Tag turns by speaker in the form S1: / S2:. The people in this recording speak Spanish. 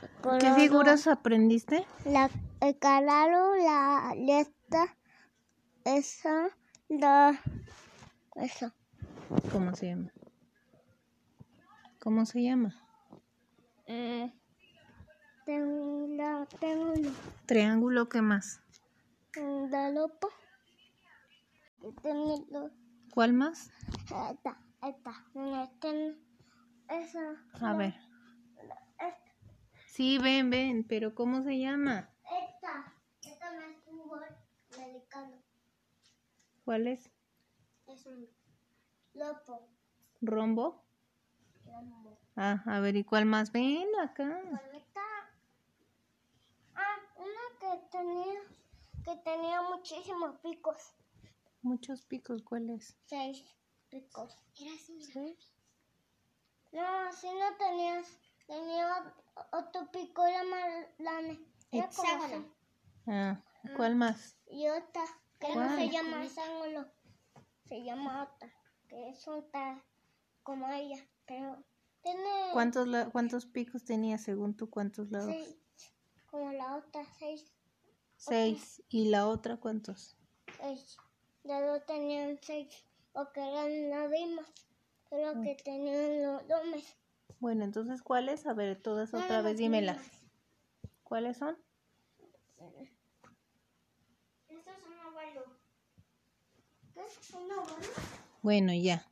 S1: ¿Qué
S2: coloro,
S1: figuras aprendiste?
S2: La, el calado, la letra, esa, la, eso.
S1: ¿Cómo se llama? ¿Cómo se llama?
S2: Mm. Tengo la, tengo
S1: Triángulo, ¿qué más?
S2: la, la lopa. Tengo la,
S1: ¿Cuál más?
S2: esta, esta, mira, tengo esa.
S1: A ver. Sí, ven, ven, pero ¿cómo se llama?
S2: Esta, esta me estuvo medicando.
S1: ¿Cuál es?
S2: Es un lopo.
S1: ¿Rombo? Ah, a ver, ¿y cuál más? Ven acá.
S2: Paleta. Ah, una que tenía, que tenía muchísimos picos.
S1: Muchos picos, ¿cuál es?
S2: Seis picos. No, si no tenías, tenía o- otro pico, era más grande. Era como
S3: Hexágono.
S2: así.
S1: Ah, ¿cuál más?
S2: Y otra, que no
S1: ¿Cuál?
S2: se llama hexágono, se llama otra, que es otra como ella, pero tiene
S1: ¿Cuántos, la- cuántos picos tenía según tú? ¿Cuántos lados?
S2: seis, como la otra, seis,
S1: Seis. ¿Y la otra cuántos?
S2: seis. pues, Ya lo tenían seis, o que eran las rimas, pero que tenían los domes.
S1: Bueno, entonces, ¿cuáles? A ver, todas otra vez, dímelas. ¿Cuáles son?
S2: Esto es un óvalo. ¿Qué es un óvalo?
S1: Bueno, ya.